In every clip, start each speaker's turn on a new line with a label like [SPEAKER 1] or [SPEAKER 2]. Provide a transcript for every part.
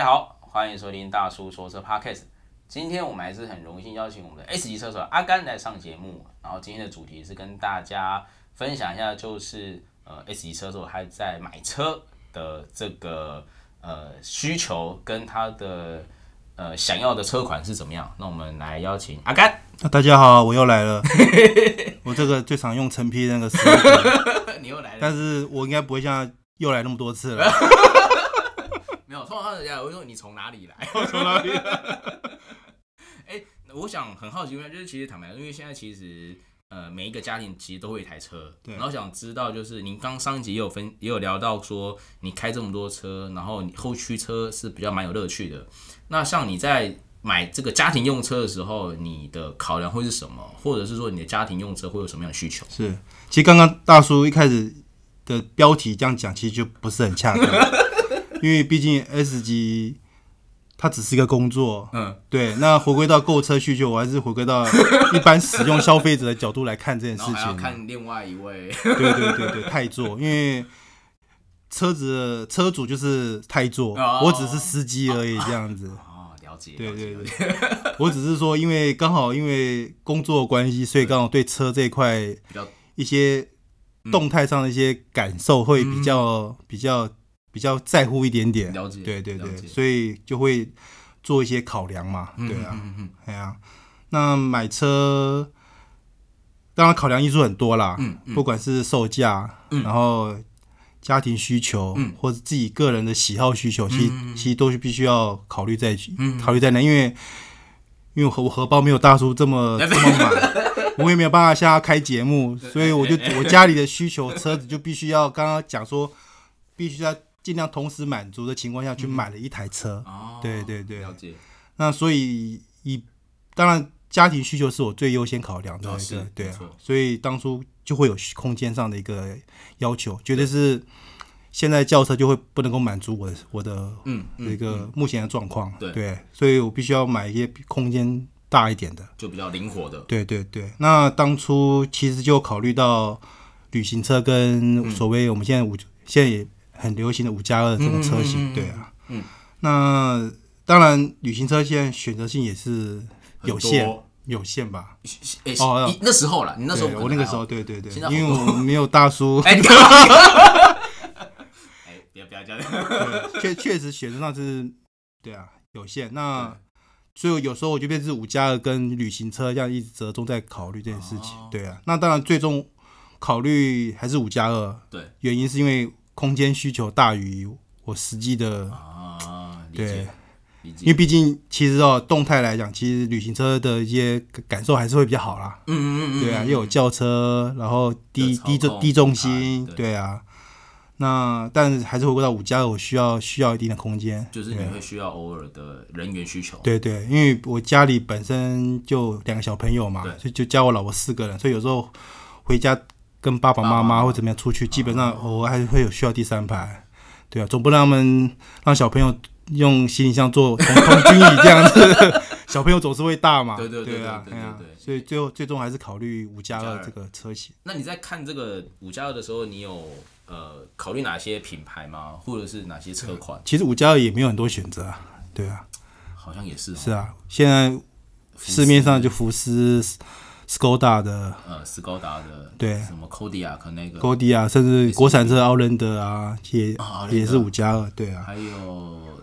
[SPEAKER 1] 大家好，欢迎收听大叔说车 Podcast。今天我们还是很荣幸邀请我们的 S 级车手阿甘来上节目。然后今天的主题是跟大家分享一下，就是呃 S 级车手还在买车的这个呃需求跟他的呃想要的车款是怎么样。那我们来邀请阿甘，
[SPEAKER 2] 那啊大家好，我又来了。我这个最常用陈皮那个词，
[SPEAKER 1] 你又来了，
[SPEAKER 2] 但是我应该不会像又来那么多次了。
[SPEAKER 1] 没有，通常人家会说你从哪里来。
[SPEAKER 2] 从哪里？
[SPEAKER 1] 我想很好奇问一下，就是其实坦白说，因为现在其实呃每一个家庭其实都会有一台车，
[SPEAKER 2] 对
[SPEAKER 1] 然后想知道就是您刚上一集也有分也有聊到说你开这么多车，然后你后驱车是比较蛮有乐趣的。那像你在买这个家庭用车的时候，你的考量会是什么，或者是说你的家庭用车会有什么样的需求？
[SPEAKER 2] 是，其实刚刚大叔一开始的标题这样讲，其实就不是很 恰当，因为毕竟 S 级它只是一个工作。
[SPEAKER 1] 嗯，
[SPEAKER 2] 对。那回归到购车需求，我还是回归到一般使用消费者的角度来看这件
[SPEAKER 1] 然
[SPEAKER 2] 事
[SPEAKER 1] 后还要
[SPEAKER 2] 情。
[SPEAKER 1] 看另外一 位，
[SPEAKER 2] 对对对对，太座，因为车子的车主就是太座，
[SPEAKER 1] 哦
[SPEAKER 2] 我只是司机而已，这样子。
[SPEAKER 1] 哦，了解，
[SPEAKER 2] 对
[SPEAKER 1] 了解
[SPEAKER 2] 对对， 我只是说，因为刚好因为工作的关系，所以刚好对车这一块
[SPEAKER 1] 比较嗯
[SPEAKER 2] 一些动态上的一些感受会比较比较比较在乎一点点。
[SPEAKER 1] 了解
[SPEAKER 2] 对对
[SPEAKER 1] 了
[SPEAKER 2] 对，
[SPEAKER 1] 解
[SPEAKER 2] 所以就会做一些考量嘛。对啊，
[SPEAKER 1] 嗯嗯嗯
[SPEAKER 2] 哎呀，那买车当然考量因素很多啦，
[SPEAKER 1] 嗯嗯
[SPEAKER 2] 不管是售价，然后家庭需求，
[SPEAKER 1] 嗯
[SPEAKER 2] 或者自己个人的喜好需求，其实
[SPEAKER 1] 嗯嗯嗯
[SPEAKER 2] 其实都是必须要考虑在
[SPEAKER 1] 嗯
[SPEAKER 2] 考虑在内，因为因为我荷我荷包没有大叔这 么这么满。我也没有办法像他开节目，所以 我就我家里的需求，车子就必须要刚刚讲说，必须要尽量同时满足的情况下去买了一台车。
[SPEAKER 1] 嗯哦，
[SPEAKER 2] 对对对
[SPEAKER 1] 了解，
[SPEAKER 2] 那所以以当然家庭需求是我最优先考量的一
[SPEAKER 1] 哦
[SPEAKER 2] 个，
[SPEAKER 1] 是
[SPEAKER 2] 对
[SPEAKER 1] 没
[SPEAKER 2] 啊
[SPEAKER 1] 错，
[SPEAKER 2] 所以当初就会有空间上的一个要求，绝对是现在轿车就会不能够满足我的我的
[SPEAKER 1] 嗯
[SPEAKER 2] 一
[SPEAKER 1] 嗯，
[SPEAKER 2] 个目前的状况，
[SPEAKER 1] 对
[SPEAKER 2] 所以我必须要买一些空间大一点的，
[SPEAKER 1] 就比较灵活的，
[SPEAKER 2] 对对对。那当初其实就考虑到旅行车跟
[SPEAKER 1] 嗯
[SPEAKER 2] 所谓我们现在五、现在也很流行的五加二这种车
[SPEAKER 1] 嗯
[SPEAKER 2] 型，
[SPEAKER 1] 嗯嗯嗯
[SPEAKER 2] 对啊，
[SPEAKER 1] 嗯，
[SPEAKER 2] 那当然旅行车现在选择性也是有
[SPEAKER 1] 很
[SPEAKER 2] 限
[SPEAKER 1] 多，
[SPEAKER 2] 有限吧？
[SPEAKER 1] 诶、
[SPEAKER 2] 哦
[SPEAKER 1] 一哎那时候啦，你那时候
[SPEAKER 2] 对
[SPEAKER 1] 可能
[SPEAKER 2] 我那个
[SPEAKER 1] 还好
[SPEAKER 2] 时候，对对对
[SPEAKER 1] 现在，好
[SPEAKER 2] 因为我没有大叔，
[SPEAKER 1] 哎，你干嘛？ 哎，不要不要这样。
[SPEAKER 2] 对确确实选择上是，对啊，有限。那所以有时候我就变成是五加二跟旅行车这样一直折中在考虑这件事情，
[SPEAKER 1] 哦
[SPEAKER 2] 对啊。那当然最终考虑还是五加二， 啊
[SPEAKER 1] 对
[SPEAKER 2] 原因是因为空间需求大于我实际的，
[SPEAKER 1] 啊，理
[SPEAKER 2] 对
[SPEAKER 1] 解，理
[SPEAKER 2] 因为
[SPEAKER 1] 解。
[SPEAKER 2] 毕竟其实哦，动态来讲，其实旅行车的一些感受还是会比较好啦。
[SPEAKER 1] 嗯
[SPEAKER 2] 对啊，又有轿车，然后低
[SPEAKER 1] 有操控
[SPEAKER 2] 低重低重心
[SPEAKER 1] 对，
[SPEAKER 2] 对啊。那但是还是回归到五加二，我需要需要一定的空间，
[SPEAKER 1] 就是你会需要偶尔的人员需求。
[SPEAKER 2] 对对，因为我家里本身就两个小朋友嘛
[SPEAKER 1] 对，
[SPEAKER 2] 所以就加我老婆四个人，所以有时候回家跟爸爸妈
[SPEAKER 1] 爸啊爸
[SPEAKER 2] 妈或怎么样出去，基本上偶尔还是会有需要第三排，对啊，总不能让他们让小朋友用行李箱做同 同军椅这样子，小朋友总是会大嘛，
[SPEAKER 1] 对对对
[SPEAKER 2] 对啊，
[SPEAKER 1] 对对
[SPEAKER 2] 哎呀
[SPEAKER 1] 对对对
[SPEAKER 2] 所以最后最终还是考虑五加
[SPEAKER 1] 五加
[SPEAKER 2] 二
[SPEAKER 1] 二
[SPEAKER 2] 这个车型。
[SPEAKER 1] 那你在看这个五加二的时候，你有呃考虑哪些品牌吗？或者是哪些车款？
[SPEAKER 2] 其实五加二也没有很多选择啊，对啊，
[SPEAKER 1] 好像也是哦，
[SPEAKER 2] 是啊，现在
[SPEAKER 1] 福斯
[SPEAKER 2] 市面上就福斯、Skoda 的。
[SPEAKER 1] 呃斯高达的，
[SPEAKER 2] 对
[SPEAKER 1] 什么 Kodiak 那个，
[SPEAKER 2] 高迪啊，甚至国产车奥伦德啊，也
[SPEAKER 1] 啊奥伦德
[SPEAKER 2] 也是五加二，对啊，
[SPEAKER 1] 还有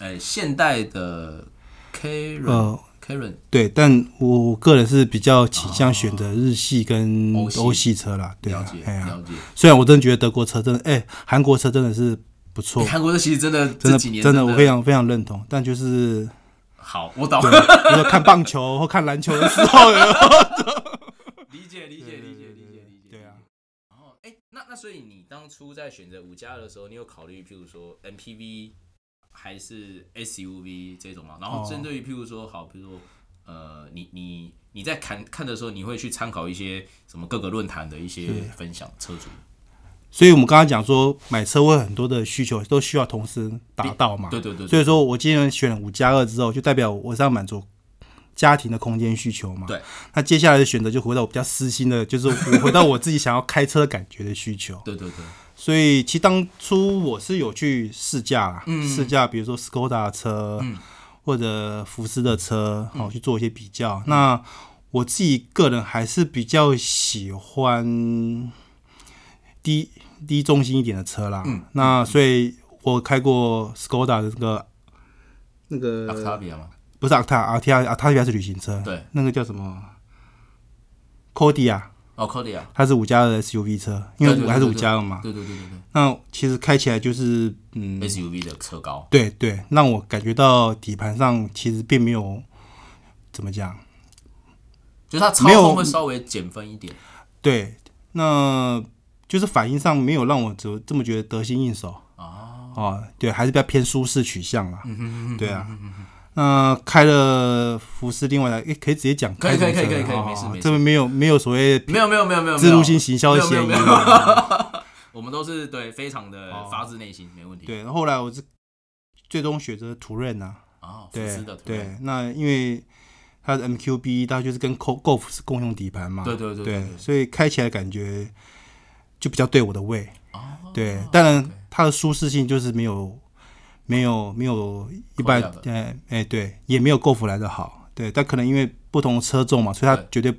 [SPEAKER 1] 呃现代的 Karen
[SPEAKER 2] 呃，
[SPEAKER 1] Karen
[SPEAKER 2] 对，但我我个人是比较倾向选择日系跟
[SPEAKER 1] 欧系
[SPEAKER 2] 欧系车啦，对
[SPEAKER 1] 了
[SPEAKER 2] 啊
[SPEAKER 1] 解，
[SPEAKER 2] 哎呀，
[SPEAKER 1] 了解。
[SPEAKER 2] 虽然我真的觉得德国车真的，哎，韩国车真的是不错
[SPEAKER 1] 你，韩国的其实真的 哦
[SPEAKER 2] 真
[SPEAKER 1] 这
[SPEAKER 2] 的
[SPEAKER 1] 几年
[SPEAKER 2] 真的我非啊常非常认同，但就是
[SPEAKER 1] 好，我懂。
[SPEAKER 2] 比如说看棒球或看篮球的时候，
[SPEAKER 1] 理解理解理解
[SPEAKER 2] 对对
[SPEAKER 1] 理解
[SPEAKER 2] 对
[SPEAKER 1] 理解。
[SPEAKER 2] 对啊
[SPEAKER 1] 理解。然后，哎、那那所以你当初在选择五加二的时候，你有考虑譬如说 MPV 还是 SUV 这种吗？然后
[SPEAKER 2] 哦
[SPEAKER 1] 针对于譬如说，好，比如说，呃，你你你在看看的时候，你会去参考一些什么各个论坛的一些分享车主？
[SPEAKER 2] 所以我们刚刚讲说买车会有很多的需求都需要同时达到嘛，
[SPEAKER 1] 对对对
[SPEAKER 2] 所
[SPEAKER 1] 对
[SPEAKER 2] 以说我今天选了五加二之后，就代表我是要满足家庭的空间需求嘛。
[SPEAKER 1] 对。
[SPEAKER 2] 那接下来的选择就回到我比较私心的，就是我回到我自己想要开车感觉的需求。
[SPEAKER 1] 对对对，
[SPEAKER 2] 所以其实当初我是有去试驾啦，试驾比如说 Skoda 的车，或者福斯的车，好、去做一些比较。那我自己个人还是比较喜欢低低重心一点的车啦。那所以我开过 Skoda 的这个啊那
[SPEAKER 1] 阿克
[SPEAKER 2] 个
[SPEAKER 1] 塔比亚啊吗？
[SPEAKER 2] 不是 Acta 阿 T 阿阿塔比亚是旅行车，
[SPEAKER 1] 对，
[SPEAKER 2] 那个叫什么 Cody 啊，
[SPEAKER 1] 哦，科迪亚，
[SPEAKER 2] 它是五加二的 SUV 车，因为
[SPEAKER 1] 对对
[SPEAKER 2] 五还是
[SPEAKER 1] 对
[SPEAKER 2] 五
[SPEAKER 1] 对
[SPEAKER 2] 加二嘛。
[SPEAKER 1] 对对对对对
[SPEAKER 2] 那其实开起来就是，嗯，
[SPEAKER 1] ，SUV 的车高，
[SPEAKER 2] 对对，让我感觉到底盘上其实并没有怎么讲，
[SPEAKER 1] 就是它操
[SPEAKER 2] 没有
[SPEAKER 1] 控会稍微减分一点。
[SPEAKER 2] 对，那就是反应上没有让我这这么觉得得心应手哦对，还是比较偏舒适取向啦，
[SPEAKER 1] 嗯
[SPEAKER 2] 对啊。那开了福斯，另外的，诶，可以直接讲
[SPEAKER 1] 可
[SPEAKER 2] 开
[SPEAKER 1] 以
[SPEAKER 2] 什么
[SPEAKER 1] 可以可以
[SPEAKER 2] 车
[SPEAKER 1] 可以
[SPEAKER 2] 啊
[SPEAKER 1] 没事
[SPEAKER 2] 哦
[SPEAKER 1] 没事
[SPEAKER 2] 这边没有没有所谓
[SPEAKER 1] 没有没有没有没有没有
[SPEAKER 2] 自入性行销的
[SPEAKER 1] 没有
[SPEAKER 2] 嫌疑
[SPEAKER 1] 没有没有
[SPEAKER 2] 啊。
[SPEAKER 1] 我们都是对非常的
[SPEAKER 2] 哦
[SPEAKER 1] 发自内心，没问题。
[SPEAKER 2] 对，后来我是最终选择途锐啊，
[SPEAKER 1] 哦，福
[SPEAKER 2] 对
[SPEAKER 1] 斯的图案
[SPEAKER 2] 对，那因为它的 MQB 它就是跟 Co- Golf 是共用底盘嘛，
[SPEAKER 1] 对对对对对
[SPEAKER 2] 所以开起来感觉就比较对我的胃。
[SPEAKER 1] 哦
[SPEAKER 2] 对，当然它的舒适性就是没有没有没有一般
[SPEAKER 1] Corolla
[SPEAKER 2] 呃哎、对，也没有 Golf 来的好。对，但可能因为不同车重嘛，所以它
[SPEAKER 1] 对
[SPEAKER 2] 绝对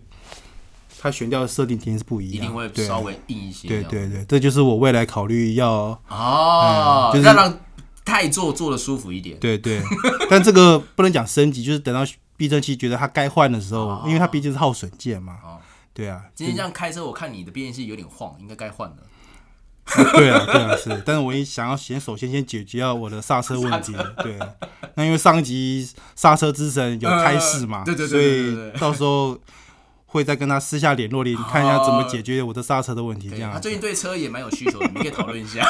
[SPEAKER 2] 它悬吊的设定肯定是不
[SPEAKER 1] 一
[SPEAKER 2] 一样，
[SPEAKER 1] 定会
[SPEAKER 2] 对
[SPEAKER 1] 稍微硬一些。
[SPEAKER 2] 对对对，这就是我未来考虑要
[SPEAKER 1] 哦，
[SPEAKER 2] 嗯就是
[SPEAKER 1] 要让太座坐的舒服一点。
[SPEAKER 2] 对对， 但这个不能讲升级，就是等到避震器觉得它该换的时候，因为它毕竟是耗损件嘛。
[SPEAKER 1] 哦
[SPEAKER 2] 对啊，
[SPEAKER 1] 今天这样开车，我看你的变速器有点晃，应该该换了。
[SPEAKER 2] 对啊，对啊，是。但是我也想要先首先先解决掉我的刹车问 题。对，那因为上一集刹车之神有开示嘛，
[SPEAKER 1] 呃 对对对
[SPEAKER 2] 所
[SPEAKER 1] 对对
[SPEAKER 2] 以到时候会再跟他私下联络你，你看一下怎么解决我的刹车的问题。这
[SPEAKER 1] 对，他
[SPEAKER 2] 样，啊
[SPEAKER 1] 最近对车也蛮有需求的，你们可以讨论一 下。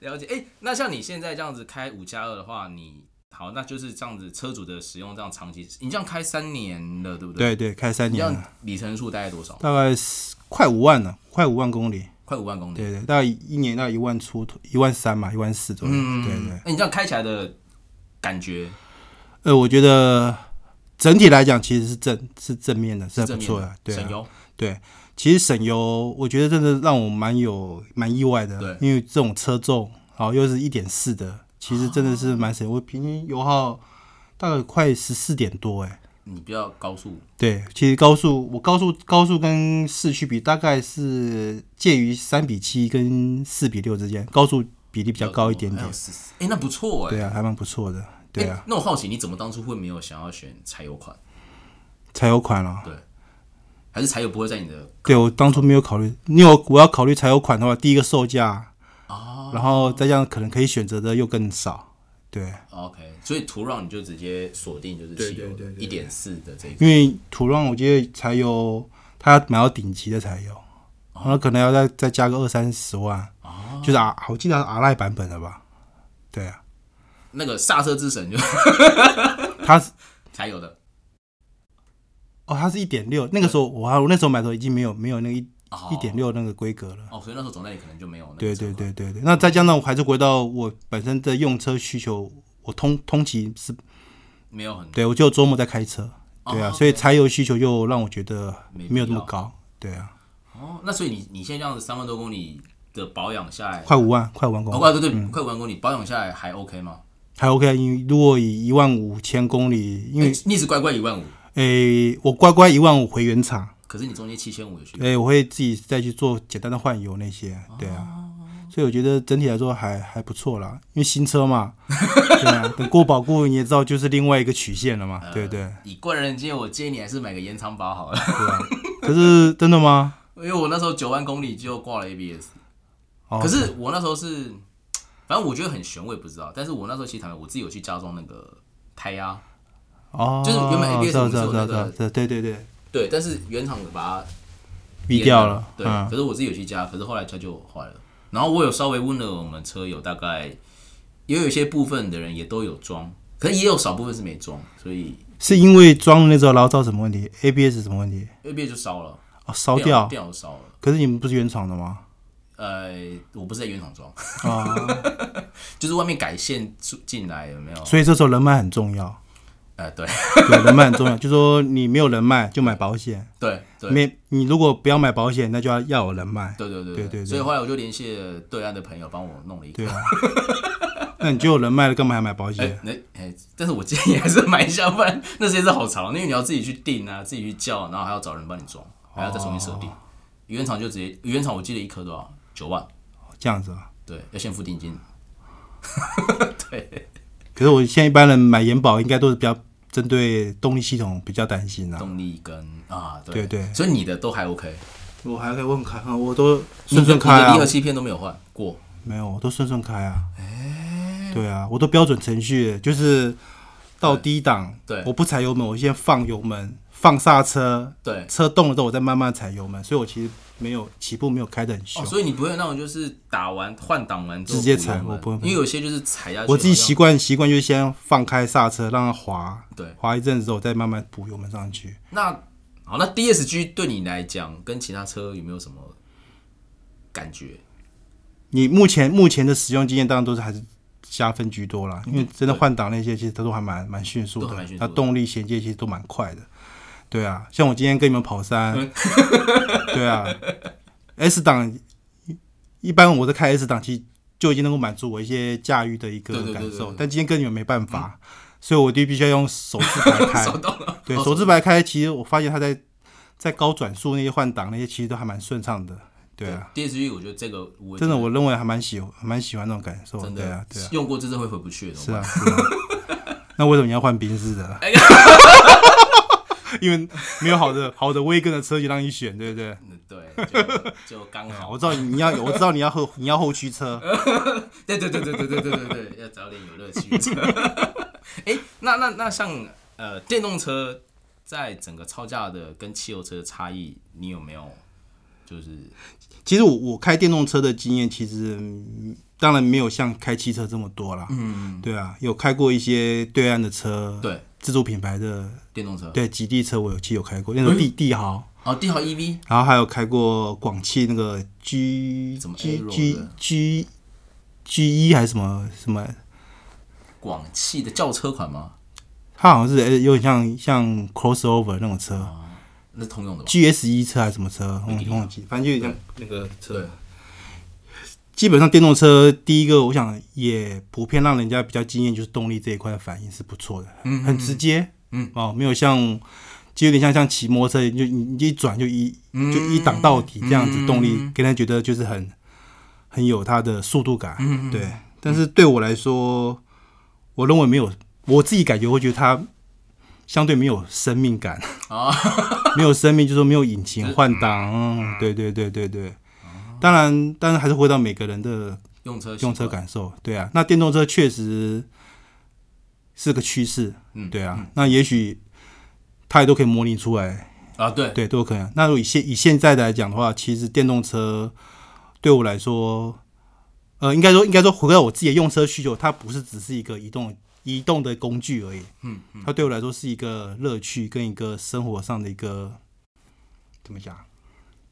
[SPEAKER 1] 了解，哎、那像你现在这样子开五加二的话，你好，那就是这样子车主的使用这样长期，你这样开三年了，对不对？
[SPEAKER 2] 对对，开三
[SPEAKER 1] 你这
[SPEAKER 2] 年
[SPEAKER 1] 样
[SPEAKER 2] 了，
[SPEAKER 1] 里程数大概多少？
[SPEAKER 2] 大概是快五万了，快五万公里。
[SPEAKER 1] 快五万公里。
[SPEAKER 2] 对对，大概一年大概一万出头，一万三嘛，一万四左右。对对。
[SPEAKER 1] 哎、你这样开起来的感觉，
[SPEAKER 2] 呃，我觉得整体来讲其实是正是正面的，是还
[SPEAKER 1] 正
[SPEAKER 2] 不
[SPEAKER 1] 面
[SPEAKER 2] 错的，对
[SPEAKER 1] 省
[SPEAKER 2] 啊、
[SPEAKER 1] 油，
[SPEAKER 2] 对。其实省油，我觉得真的让我蛮有蛮意外的
[SPEAKER 1] 对，
[SPEAKER 2] 因为这种车重，然后又是一点四的，其实真的是蛮省油。我平均油耗大概快十四点多，哎，
[SPEAKER 1] 你比较高速，
[SPEAKER 2] 对。其实高速，我高速高速跟市区比，大概是介于三比七跟四比六之间，高速比例比较高一点点
[SPEAKER 1] 还有。14。哎、那不错哎、
[SPEAKER 2] 对啊，还蛮不错的。对啊，
[SPEAKER 1] 哎那我好奇，你怎么当初会没有想要选柴油款？
[SPEAKER 2] 柴油款哦了、
[SPEAKER 1] 还是柴油不会在你的
[SPEAKER 2] 对我当初没有考虑，因为我我要考虑柴油款的话，第一个售价，哦，然后再这样可能可以选择的又更少，对，
[SPEAKER 1] OK，所以土壤你就直接锁定就是汽油
[SPEAKER 2] 对对对
[SPEAKER 1] 一点四的这个
[SPEAKER 2] 因为土壤我觉得柴油它要买到顶级的柴油，然后可能要再再加个二三十万，哦，就是啊，我记得是阿赖版本的吧，对啊，
[SPEAKER 1] 那个刹车之神就
[SPEAKER 2] 它是
[SPEAKER 1] 柴油的
[SPEAKER 2] 哦它是一点六，那个时候我还我那时候买的时候已经没有没有那个一
[SPEAKER 1] 哦
[SPEAKER 2] 一点六那个规格了。
[SPEAKER 1] 哦，所以那时候总代理可能就没有那个
[SPEAKER 2] 对
[SPEAKER 1] 车
[SPEAKER 2] 对
[SPEAKER 1] 款
[SPEAKER 2] 对对对，那再加上我还是回到我本身的用车需求，我通通勤是
[SPEAKER 1] 没有很
[SPEAKER 2] 对，我就周末在开车，
[SPEAKER 1] 哦
[SPEAKER 2] 对啊，
[SPEAKER 1] OK
[SPEAKER 2] 所以柴油需求又让我觉得
[SPEAKER 1] 没必
[SPEAKER 2] 没有那么
[SPEAKER 1] 要
[SPEAKER 2] 高，对啊，
[SPEAKER 1] 哦。那所以你你现在这样子三万多公里的保养下来，
[SPEAKER 2] 快嗯五万，快五万公
[SPEAKER 1] 哦，
[SPEAKER 2] 里，
[SPEAKER 1] 快对对，快五万公里保养下来还 OK 吗？
[SPEAKER 2] 还 OK。因啊为如果以一万五千公里，因
[SPEAKER 1] 诶
[SPEAKER 2] 为
[SPEAKER 1] 哎你只乖乖一万五，
[SPEAKER 2] 诶、我乖乖一万五回原厂，
[SPEAKER 1] 可是你中间七千五有去
[SPEAKER 2] 诶、我会自己再去做简单的换油那些，对
[SPEAKER 1] 哦
[SPEAKER 2] 啊，所以我觉得整体来说还还不错啦，因为新车嘛，对啊，等过保固你也知道就是另外一个曲线了嘛，
[SPEAKER 1] 呃
[SPEAKER 2] 对不对？
[SPEAKER 1] 以过来人经验，我建议你还是买个延长保好了，
[SPEAKER 2] 对啊，可是真的吗？
[SPEAKER 1] 因为我那时候九万公里就挂了 ABS。
[SPEAKER 2] 哦
[SPEAKER 1] 可是我那时候是，反正我觉得很悬，我也不知道。但是我那时候其实坦白，我自己有去加装那个胎压，
[SPEAKER 2] 哦，
[SPEAKER 1] 就是原本 ABS
[SPEAKER 2] 知道
[SPEAKER 1] 我们
[SPEAKER 2] 知
[SPEAKER 1] 是
[SPEAKER 2] 道
[SPEAKER 1] 有
[SPEAKER 2] 知道
[SPEAKER 1] 那
[SPEAKER 2] 知道
[SPEAKER 1] 个，
[SPEAKER 2] 知道对对对，
[SPEAKER 1] 对，但是原厂把它
[SPEAKER 2] 逼
[SPEAKER 1] 变
[SPEAKER 2] 掉了，
[SPEAKER 1] 对，
[SPEAKER 2] 嗯
[SPEAKER 1] 可是我自己有去加，可是后来它就坏了。然后我有稍微问了我们车友，大概也有一些部分的人也都有装，可是也有少部分是没装，所以
[SPEAKER 2] 是因为装了那之后，然后造成什么问题？ABS 什么问题？
[SPEAKER 1] ABS 就烧了，
[SPEAKER 2] 哦，烧
[SPEAKER 1] 电
[SPEAKER 2] 掉
[SPEAKER 1] 脑。电脑烧了。
[SPEAKER 2] 可是你们不是原厂的吗？
[SPEAKER 1] 呃，我不是在原厂装，
[SPEAKER 2] 啊，
[SPEAKER 1] 就是外面改线进来有没有？
[SPEAKER 2] 所以这时候人脉很重要。
[SPEAKER 1] 呃，对
[SPEAKER 2] 对，人脉很重 要。就说你没有人脉就买保险，
[SPEAKER 1] 对对
[SPEAKER 2] 没你如果不要买保险，那就要要有人脉。
[SPEAKER 1] 对对对
[SPEAKER 2] 对对
[SPEAKER 1] 所以后来我就联系了对岸的朋友帮我弄了一个。
[SPEAKER 2] 对啊，那你就有人脉了，干嘛还买保
[SPEAKER 1] 哎、
[SPEAKER 2] 险？
[SPEAKER 1] 那哎、但是我建议还是买一下，不然那时间是好长，啊因为你要自己去订啊，自己去叫，然后还要找人帮你装，还要再重新设定。
[SPEAKER 2] 哦
[SPEAKER 1] 原厂就直接，原厂我记得一颗多少？九万，
[SPEAKER 2] 这样子啊。
[SPEAKER 1] 对，要先付定金。
[SPEAKER 2] 可是我现在一般人买延保应该都是比较针对动力系统比较担心啊。
[SPEAKER 1] 动力跟啊，对
[SPEAKER 2] 对对
[SPEAKER 1] 所以你的都还 OK，
[SPEAKER 2] 我还可以问凯，啊我都
[SPEAKER 1] 你
[SPEAKER 2] 顺
[SPEAKER 1] 的
[SPEAKER 2] 顺
[SPEAKER 1] 你
[SPEAKER 2] 开
[SPEAKER 1] 的
[SPEAKER 2] 啊
[SPEAKER 1] 离合，器片都没有换过，
[SPEAKER 2] 没有，我都顺顺开啊。
[SPEAKER 1] 哎
[SPEAKER 2] 对啊，我都标准程序，就是到低档，
[SPEAKER 1] 对
[SPEAKER 2] 我不踩油门，我先放油门，放刹车，
[SPEAKER 1] 对，
[SPEAKER 2] 车动了之后我再慢慢踩油门，所以我其实没有起步没有开得很凶
[SPEAKER 1] 哦，，所以你不会有那种就是打完换挡完之后
[SPEAKER 2] 直接
[SPEAKER 1] 补油
[SPEAKER 2] 踩
[SPEAKER 1] 门
[SPEAKER 2] 我不会
[SPEAKER 1] 因为有些就是踩下去，
[SPEAKER 2] 我自己习
[SPEAKER 1] 习
[SPEAKER 2] 惯习惯就是先放开刹车让它滑，
[SPEAKER 1] 对。
[SPEAKER 2] 滑一阵子之后我再慢慢补油门上去。
[SPEAKER 1] 那好，那 DSG 对你来讲跟其他车有没有什么感觉？
[SPEAKER 2] 你目前目前的使用经验当然都是还是加分居多啦，因为真的换挡那些其实它都还蛮蛮迅速
[SPEAKER 1] 嗯都还
[SPEAKER 2] 的
[SPEAKER 1] 蛮迅，速
[SPEAKER 2] 它
[SPEAKER 1] 的
[SPEAKER 2] 动力衔接其实都蛮快的。对啊，像我今天跟你们跑山， 对啊，S 档一般我在开 S 档，其实就已经能够满足我一些驾驭的一个
[SPEAKER 1] 对对对
[SPEAKER 2] 感
[SPEAKER 1] 对
[SPEAKER 2] 受
[SPEAKER 1] 对，
[SPEAKER 2] 但今天跟你们没办法，所以我就必须要用手自排 开。
[SPEAKER 1] 手动了，
[SPEAKER 2] 对
[SPEAKER 1] 哦，
[SPEAKER 2] 手自排开，其实我发现它在在高转速那些换挡那些，其实都还蛮顺畅的。对啊，
[SPEAKER 1] DSG 我觉得这个我
[SPEAKER 2] 真的，我认为还蛮喜欢，蛮喜欢那种感受。
[SPEAKER 1] 真
[SPEAKER 2] 对
[SPEAKER 1] 的
[SPEAKER 2] 啊，对啊，
[SPEAKER 1] 用过这次会回不去的，
[SPEAKER 2] 是啊，是啊。 那为什么你要换宾士的
[SPEAKER 1] 哎？
[SPEAKER 2] 因为没有好的好的威根的车就让你选，对不对？
[SPEAKER 1] 嗯对，就就刚好
[SPEAKER 2] 我，知道你要，我知道你要后你要后驱车，
[SPEAKER 1] 呃对对对对对对对对对，要找点有乐趣的车。哎、那那那像呃电动车在整个超价的跟汽油车的差异，你有没有就是
[SPEAKER 2] 其实我我开电动车的经验，其实、嗯当然没有像开汽车这么多啦。嗯，对啊，有开过一些对岸的车，
[SPEAKER 1] 对呃
[SPEAKER 2] 自主品牌的，
[SPEAKER 1] 电动车？
[SPEAKER 2] 对极地车，我有其实有开过，那种帝帝豪，
[SPEAKER 1] 哦，帝豪 EV
[SPEAKER 2] 然后还有开过广汽那个 G
[SPEAKER 1] 怎么
[SPEAKER 2] G
[SPEAKER 1] Aero
[SPEAKER 2] G
[SPEAKER 1] 的
[SPEAKER 2] G G 一还是什么什么，
[SPEAKER 1] 广汽的轿车款吗？
[SPEAKER 2] 它好像是呃有点像像 crossover 那种车
[SPEAKER 1] 那是通用的吧？
[SPEAKER 2] ，G S 一车还是什么车，
[SPEAKER 1] 啊没
[SPEAKER 2] 忘
[SPEAKER 1] 印象
[SPEAKER 2] 忘记，反正就有点像那个
[SPEAKER 1] 对
[SPEAKER 2] 车。基本上电动车第一个，我想也普遍让人家比较惊艳，就是动力这一块的反应是不错的，嗯，很直接，嗯，哦，没有像。就有点像像骑摩托车，你就你你一转就一就一档到底这样子，动力给人觉得就是很很有它的速度感，对。但是对我来说，我认为没有，我自己感觉会觉得它相对没有生命感
[SPEAKER 1] 啊，
[SPEAKER 2] 没有生命，就说没有引擎换挡，哦嗯哦对对对对对。当然，当然还是回到每个人的
[SPEAKER 1] 用车习
[SPEAKER 2] 用
[SPEAKER 1] 惯
[SPEAKER 2] 车感受，对啊。那电动车确实是个趋势，
[SPEAKER 1] 嗯
[SPEAKER 2] 对啊。那也许它也都可以模拟出来，
[SPEAKER 1] 啊，对，
[SPEAKER 2] 对，都有可能。那如果以现以现在的来讲的话，其实电动车对我来说，呃，应该说应该说回到我自己的用车需求，它不是只是一个移动移动的工具而已。嗯，它对我来说是一个乐趣跟一个生活上的一个怎么讲？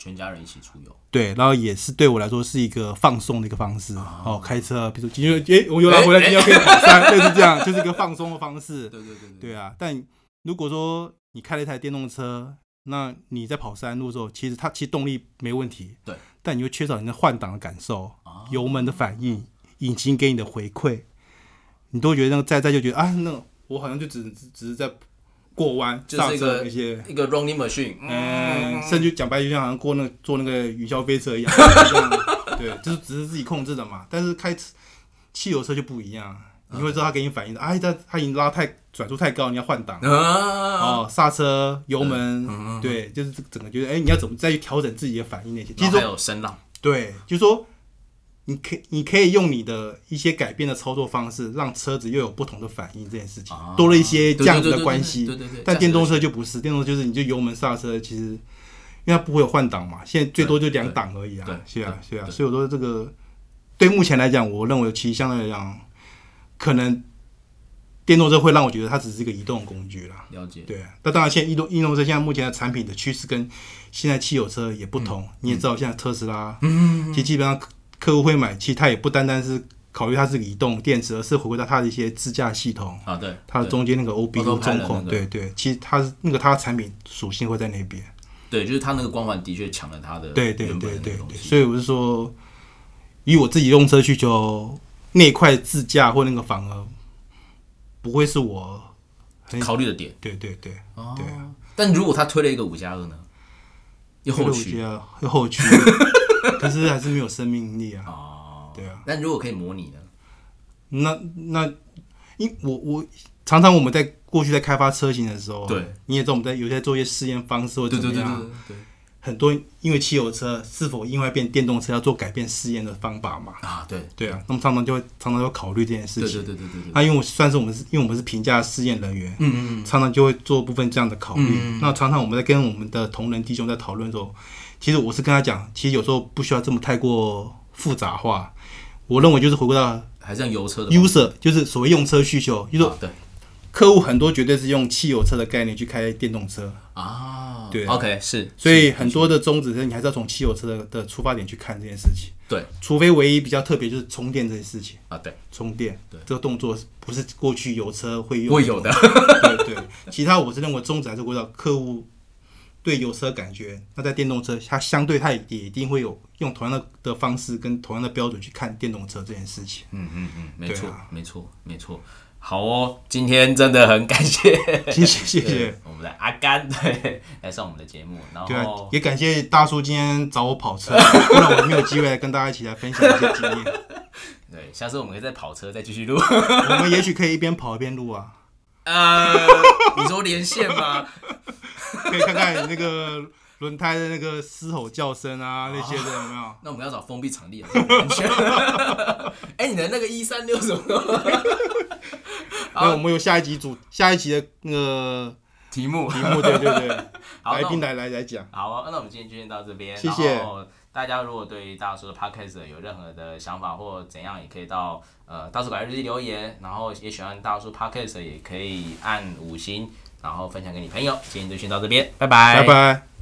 [SPEAKER 1] 全家人一起出游，
[SPEAKER 2] 对，然后也是对我来说是一个放松的一个方式。哦，开车，比如说今天诶、我又来回来，今天要跟你跑山， 类似这样，就是一个放松的方式。
[SPEAKER 1] 对对对对，
[SPEAKER 2] 对啊，但如果说你开了一台电动车，那你在跑山路的时候，其实它其实动力没问题，
[SPEAKER 1] 对，哦
[SPEAKER 2] 但你又缺少你的换挡的感受、油门的反应、引擎给你的回馈，你都会觉得那个在在就觉得啊，那个我好像就只只只是在过弯、
[SPEAKER 1] 就是
[SPEAKER 2] 刹
[SPEAKER 1] 一
[SPEAKER 2] 车
[SPEAKER 1] 个
[SPEAKER 2] 那些。
[SPEAKER 1] 一个 running machine，
[SPEAKER 2] 嗯，甚至讲白就像好像过那个坐那个云霄飞车一样， 这样对，就是只是自己控制的嘛。但是开车汽油车就不一样，你会知道它给你反应的，哎，它它已经拉太转速太高，你要换挡，
[SPEAKER 1] 啊，
[SPEAKER 2] 哦，刹车、油门，
[SPEAKER 1] 嗯
[SPEAKER 2] 嗯对，就是这个整个就是，哎、你要怎么再去调整自己的反应那些？其
[SPEAKER 1] 然
[SPEAKER 2] 实
[SPEAKER 1] 后还
[SPEAKER 2] 说
[SPEAKER 1] 有声浪，
[SPEAKER 2] 对，就是说，你可你可以用你的一些改变的操作方式，让车子又有不同的反应，这件事情、
[SPEAKER 1] 啊
[SPEAKER 2] 多了一些这样子
[SPEAKER 1] 对对对
[SPEAKER 2] 的
[SPEAKER 1] 对
[SPEAKER 2] 关
[SPEAKER 1] 对
[SPEAKER 2] 系。
[SPEAKER 1] 对对对，
[SPEAKER 2] 但
[SPEAKER 1] 这样
[SPEAKER 2] 电
[SPEAKER 1] 子
[SPEAKER 2] 动车就不是，电动车就是你就油门刹车，其实因为它不会有换挡嘛，现在最多就两档而已
[SPEAKER 1] 对
[SPEAKER 2] 啊
[SPEAKER 1] 对，
[SPEAKER 2] 是啊是啊，
[SPEAKER 1] 对
[SPEAKER 2] 所以我说这个对目前来讲，我认为其实相对来讲，可能电动车会让我觉得它只是一个移动工具啦。
[SPEAKER 1] 了解，
[SPEAKER 2] 对啊，那当然，现在移动电动车现在目前的产品的趋势跟现在汽油车
[SPEAKER 1] 嗯
[SPEAKER 2] 也不同。你也知道，现在特斯拉，嗯，其实基本上客客户会买，其实它也不单单是考虑它是移动电池，而是回归到它的一些支架系统，
[SPEAKER 1] 啊，对，
[SPEAKER 2] 它的中间那个 O B
[SPEAKER 1] 欧洲
[SPEAKER 2] 中
[SPEAKER 1] 派的
[SPEAKER 2] 控，
[SPEAKER 1] 那个
[SPEAKER 2] 对对，其实它是那个它的产品属性会在那边，
[SPEAKER 1] 对，就是他那个光环的确抢了他的
[SPEAKER 2] 对对
[SPEAKER 1] 原本
[SPEAKER 2] 对
[SPEAKER 1] 的那
[SPEAKER 2] 对
[SPEAKER 1] 个东
[SPEAKER 2] 对，
[SPEAKER 1] 西。
[SPEAKER 2] 所以我是说，以我自己用车需求，那块自驾或那个反而不会是我很
[SPEAKER 1] 考虑的点。
[SPEAKER 2] 对对对
[SPEAKER 1] 哦
[SPEAKER 2] 对，
[SPEAKER 1] 但如果他推了一个五加二呢？又后驱
[SPEAKER 2] 啊，又 后驱，可是还是没有生命力啊，
[SPEAKER 1] 哦，
[SPEAKER 2] 对啊，
[SPEAKER 1] 但如果可以模拟呢？
[SPEAKER 2] 那那因我我常常我们在过去在开发车型的时候，啊
[SPEAKER 1] 对，
[SPEAKER 2] 你也知道我们在有些做一些试验方式或者
[SPEAKER 1] 对
[SPEAKER 2] 怎
[SPEAKER 1] 对对
[SPEAKER 2] 么样啊，
[SPEAKER 1] 对对
[SPEAKER 2] 很多因为汽油车是否因为变电动车要做改变试验的方法嘛，
[SPEAKER 1] 啊，对
[SPEAKER 2] 对啊，那么常常就会常常要考虑这件事
[SPEAKER 1] 对
[SPEAKER 2] 情。
[SPEAKER 1] 对对对对对，
[SPEAKER 2] 那、因为我算是我们是，因为我们是评价试验人员，嗯嗯，常常就会做部分这样的考虑。
[SPEAKER 1] 嗯
[SPEAKER 2] 那常常我们在跟我们的同仁弟兄在讨论的时候，其实我是跟他讲，其实有时候不需要这么太过复杂化。我认为就是回归到
[SPEAKER 1] 还是像油车的嘛
[SPEAKER 2] user，就是所谓用车需求，就是说
[SPEAKER 1] 啊对
[SPEAKER 2] 客户很多绝对是用汽油车的概念去开电动车，
[SPEAKER 1] 啊，
[SPEAKER 2] 对
[SPEAKER 1] ，OK 是，
[SPEAKER 2] 所以很多的宗旨是你还是要从汽油车的的出发点去看这件事情。
[SPEAKER 1] 对
[SPEAKER 2] 除非唯一比较特别就是充电这件事情，
[SPEAKER 1] 啊对，
[SPEAKER 2] 充电
[SPEAKER 1] 对
[SPEAKER 2] 这个动作是不是过去油车会用
[SPEAKER 1] 会有的，
[SPEAKER 2] 对对，其他我是认为宗旨还是围绕客户对油车感觉，那在电动车，它相对它也一定会有用同样的的方式跟同样的标准去看电动车这件 事情。
[SPEAKER 1] 嗯嗯嗯，没
[SPEAKER 2] 对
[SPEAKER 1] 错
[SPEAKER 2] 啊
[SPEAKER 1] 没错没错。好哦，今天真的很感谢
[SPEAKER 2] 谢谢谢谢，
[SPEAKER 1] 对我们的阿甘对来上我们的节目，然
[SPEAKER 2] 对啊
[SPEAKER 1] 后，
[SPEAKER 2] 也感谢大叔今天找我跑车，不然我没有机会来跟大家一起来分享一些经验。
[SPEAKER 1] 对下次我们可以再跑车再继续录。
[SPEAKER 2] 我们也许可以一边跑一边录啊，
[SPEAKER 1] 呃，你说连线吗？
[SPEAKER 2] 可以看看那个轮胎的那个嘶吼叫声
[SPEAKER 1] 哦
[SPEAKER 2] 啊，那些的有没有？
[SPEAKER 1] 那我们要找封闭场地啊，安全。 哎、你的那个一三六什么
[SPEAKER 2] 那我们有下一集主下一集的那个
[SPEAKER 1] 题目？
[SPEAKER 2] 题目，对对对，
[SPEAKER 1] 好
[SPEAKER 2] 来
[SPEAKER 1] 那我
[SPEAKER 2] 宾来来来讲。
[SPEAKER 1] 好啊，那我们今天就先到这边。
[SPEAKER 2] 谢谢
[SPEAKER 1] 然后大家如果对于大叔的 podcast 有任何的想法或怎样，也可以到呃大叔百日记留言，然后也喜欢大叔 podcast 的也可以按五星，然后分享给你朋友。今天就先到这边，拜拜，
[SPEAKER 2] 拜拜。